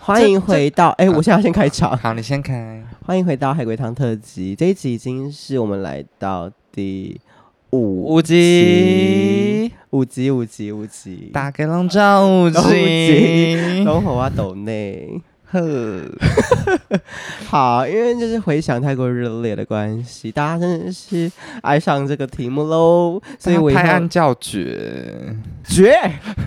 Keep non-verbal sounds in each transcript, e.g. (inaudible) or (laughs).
欢迎回到，哎、我现在要先开场。 (laughs) 好，你先开。欢迎回到海龟汤特辑，这一集已经是我们来到第五五级，五集五集五集。打给笼罩五五级级。龙火啊，斗内。呵，好，因为就是回想太过热烈的关系，大家真的是爱上这个题目喽。所以我 (laughs) 以拍后案叫绝。绝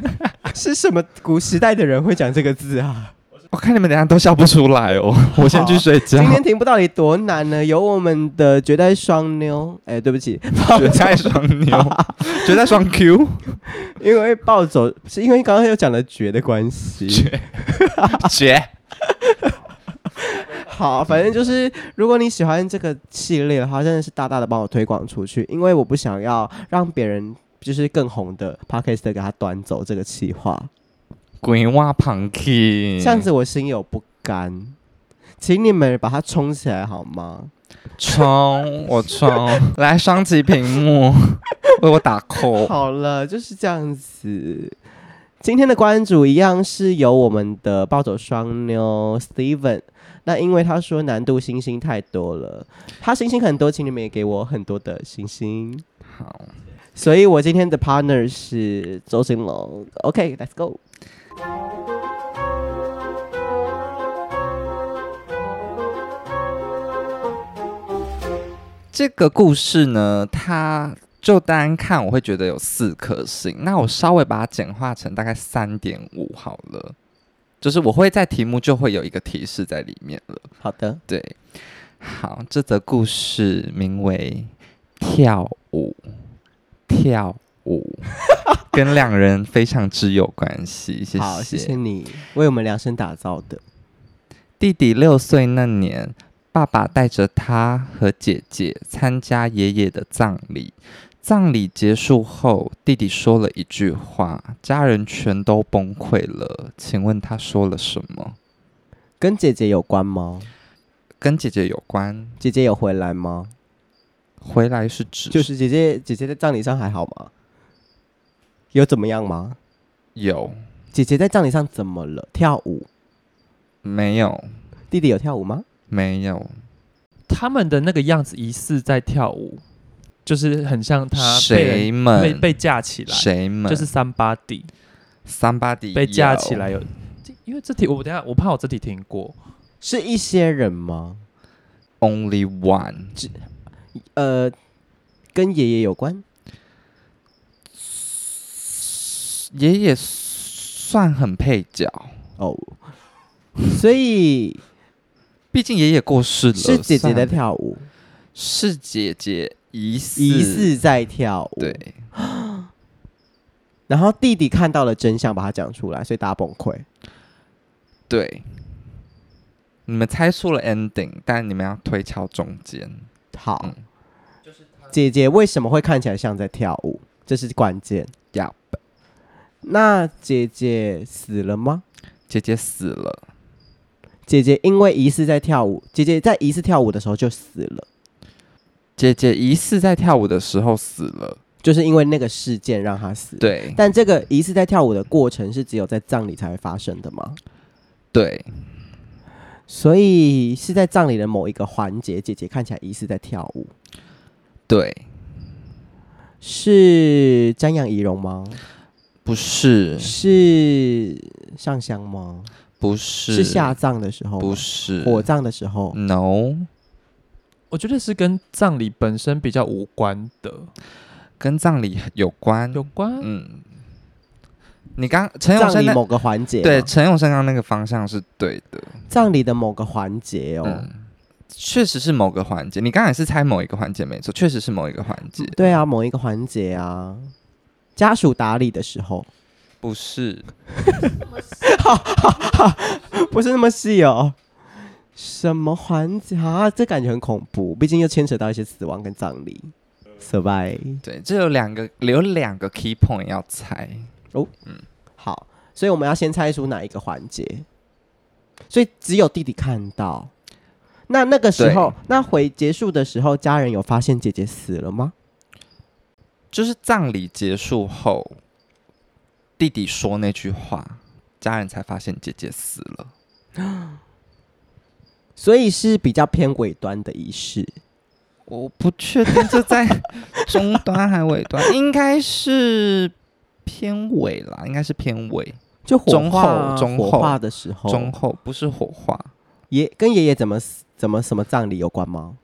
(laughs) 是什么古时代的人会讲这个字啊？我看你们等一下都笑不出来 (laughs) 哦，我先去睡觉今。天题目到底多难呢？有我们的绝代双妞，哎、对不起，暴绝代双牛， (laughs) 绝代双 Q，因为暴走是因为刚刚又讲了绝的关系。绝绝。 (laughs) 好，反正就是如果你喜欢这个系列的话，真的是大大的帮我推广出去，因为我不想要让别人就是更红的 podcast 给他端走这个企划。鬼蛙旁 k 这样子我心有不甘，请你们把它冲起来好吗？冲，我冲， (laughs) 来双击屏幕， (laughs) 为我打 call。好了，就是这样子。今天的关主一样是由我们的暴走双妞 Steven。那因为他说难度星星太多了，他星星很多，请你们也给我很多的星星。好，所以我今天的 partner 是周兴龙。OK，let's、go。这个故事呢，它就单看我会觉得有四颗星，那我稍微把它简化成大概三点五好了，就是我会在题目就会有一个提示在里面了。好的，对，好，这则故事名为《跳舞》，跳 (laughs) 舞跟两人非常之有关系。谢好，谢谢你为我们量身打造的。弟弟六岁那年，爸爸带着他和姐姐参加爷爷的葬礼。葬礼结束后，弟弟说了一句话，家人全都崩溃了。请问他说了什么？跟姐姐有关吗？跟姐姐有关？姐姐有回来吗？回来是指就是姐姐，姐姐在葬礼上还好吗？有怎么样吗？有姐姐在葬礼上怎么了？跳舞，没有弟弟有跳舞吗？没有？他们的那个样子疑似在跳舞，就是很像他被谁人被们？被架起来，谁们？就是三八底 somebody 被架起有来有。这因为这题我等一下我怕我这题听过，是一些人吗？ ，only one 呃，跟爷爷有关，爷爷算很配角，哦，所以毕竟爷爷过世了。是姐姐算在跳舞，是姐姐疑似疑似在跳舞，对，然后弟弟看到了真相，把他讲出来，所以大家崩溃。对，你们猜错了 ending，但你们要推敲中间。好，嗯姐姐为什么会看起来像在跳舞？这是关键。 Yup 那姐姐死了吗？姐姐死了，姐姐因为疑似在跳舞，姐姐在疑似跳舞的时候就死了，姐姐疑似在跳舞的时候死了。就是因为那个事件让她死。，对但这个疑似在跳舞的过程是只有在葬礼才会发生的吗？对，所以是在葬礼的某一个环节，姐姐看起来疑似在跳舞，对，是瞻仰仪容吗？不是，是上香吗？不是，是下葬的时候吗？不是嗯火葬的时候， ，no，我觉得是跟葬礼本身比较无关的，跟葬礼有关。有关。嗯，你刚陈永葬生礼那某个环节吗，哦对陈永生刚刚那个方向是对的。葬礼的某个环节哦。嗯，确实是某个环节。你刚才是猜某一个环节，没错，确实是某一个环节，对啊，某一个环节啊，家属打理的时候，不是不是那么细哦。什么环节啊？这感觉很恐怖，毕竟又牵扯到一些死亡跟葬礼。Survive，对，这有两个有两个 key point 要猜，好，所以我们要先猜出哪一个环节。所以只有弟弟看到。那那个时候，那回结束的时候，家人有发现姐姐死了吗？就是葬礼结束后，弟弟说那句话，家人才发现姐姐死了。所以是比较偏尾端的仪式。我不确定这在 (laughs) 中端还尾端，应该是偏尾啦，应该是偏尾就火中化啊后中火后化的时候，中后，不是火化，爷跟爷爷怎么死怎么什么葬礼有关嗯吗？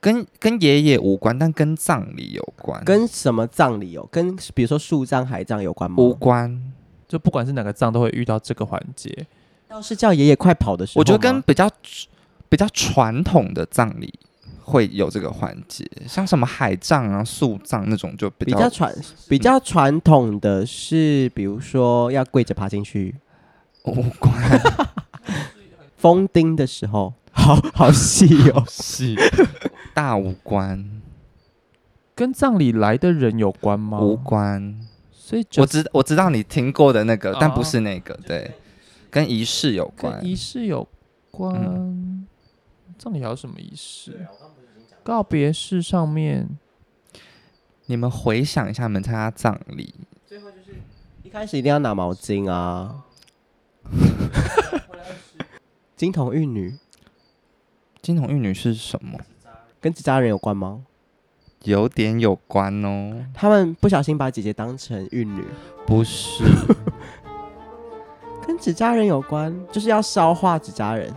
跟跟爷爷无关，但跟葬礼有关，跟什么葬礼有？跟比如说树葬、海葬有关吗？无关。就不管是哪个葬都会遇到这个环节。要是叫爷爷快跑的时候吗，我觉得跟比较比较传统的葬礼会有这个环节，像什么海葬啊、树葬那种就比比较嗯较传比较传统的是，比如说要跪着爬进去，无关。封钉的时候，好好细哦 (laughs) 是大无关跟葬礼来的人有关哦吗？无关。所以就我知我知道你听过的那个，但不哦是那个，对，跟仪式有关跟。仪式有关。嗯葬礼还有什么仪式？告别式上面你们回想一下，你们参加葬礼，一开始一定要拿毛巾 (laughs) 啊，金童玉女金童玉女是什么？跟自家人有关吗？有点有关哦，他们不小心把姐姐当成玉女，不是 (laughs) 跟纸扎人有关，就是要烧化纸扎人，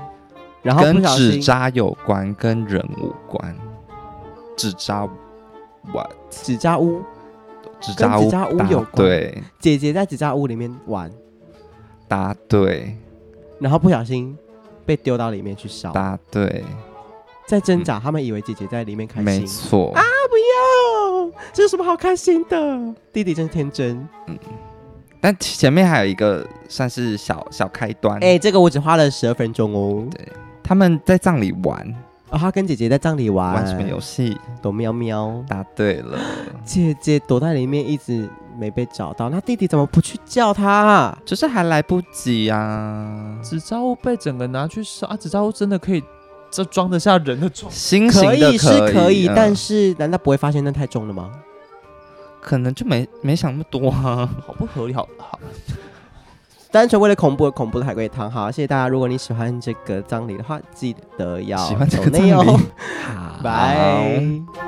然后不跟小纸心扎有关，跟人无关。纸扎，what？纸扎屋，纸扎纸屋扎屋答有关对，姐姐在纸扎屋里面玩，答对，哦然后不小心被丢到里面去烧，答对，在挣扎，他们以为姐姐在里面开没心，错。啊不要，这有什么好开心的？弟弟真天真，但前面还有一个算是小小开端，哎、这个我只花了十二分钟哦。他们在葬礼玩哦，他跟姐姐在葬礼玩，玩什么游戏？躲喵喵，答对了，姐姐躲在里面一直没被找到，那弟弟怎么不去叫他？就是还来不及啊。纸扎物被整个拿去烧啊，纸扎物真的可以这装得下人的装？新型可的以是可以，嗯但是难道不会发现那太重了吗？可能就没没想那么多啊。好不合理，好好单纯为了恐怖而恐怖的海龟汤，好，谢谢大家。如果你喜欢这个葬礼的话，记得要 (laughs) 喜欢这个抖内哦葬礼拜。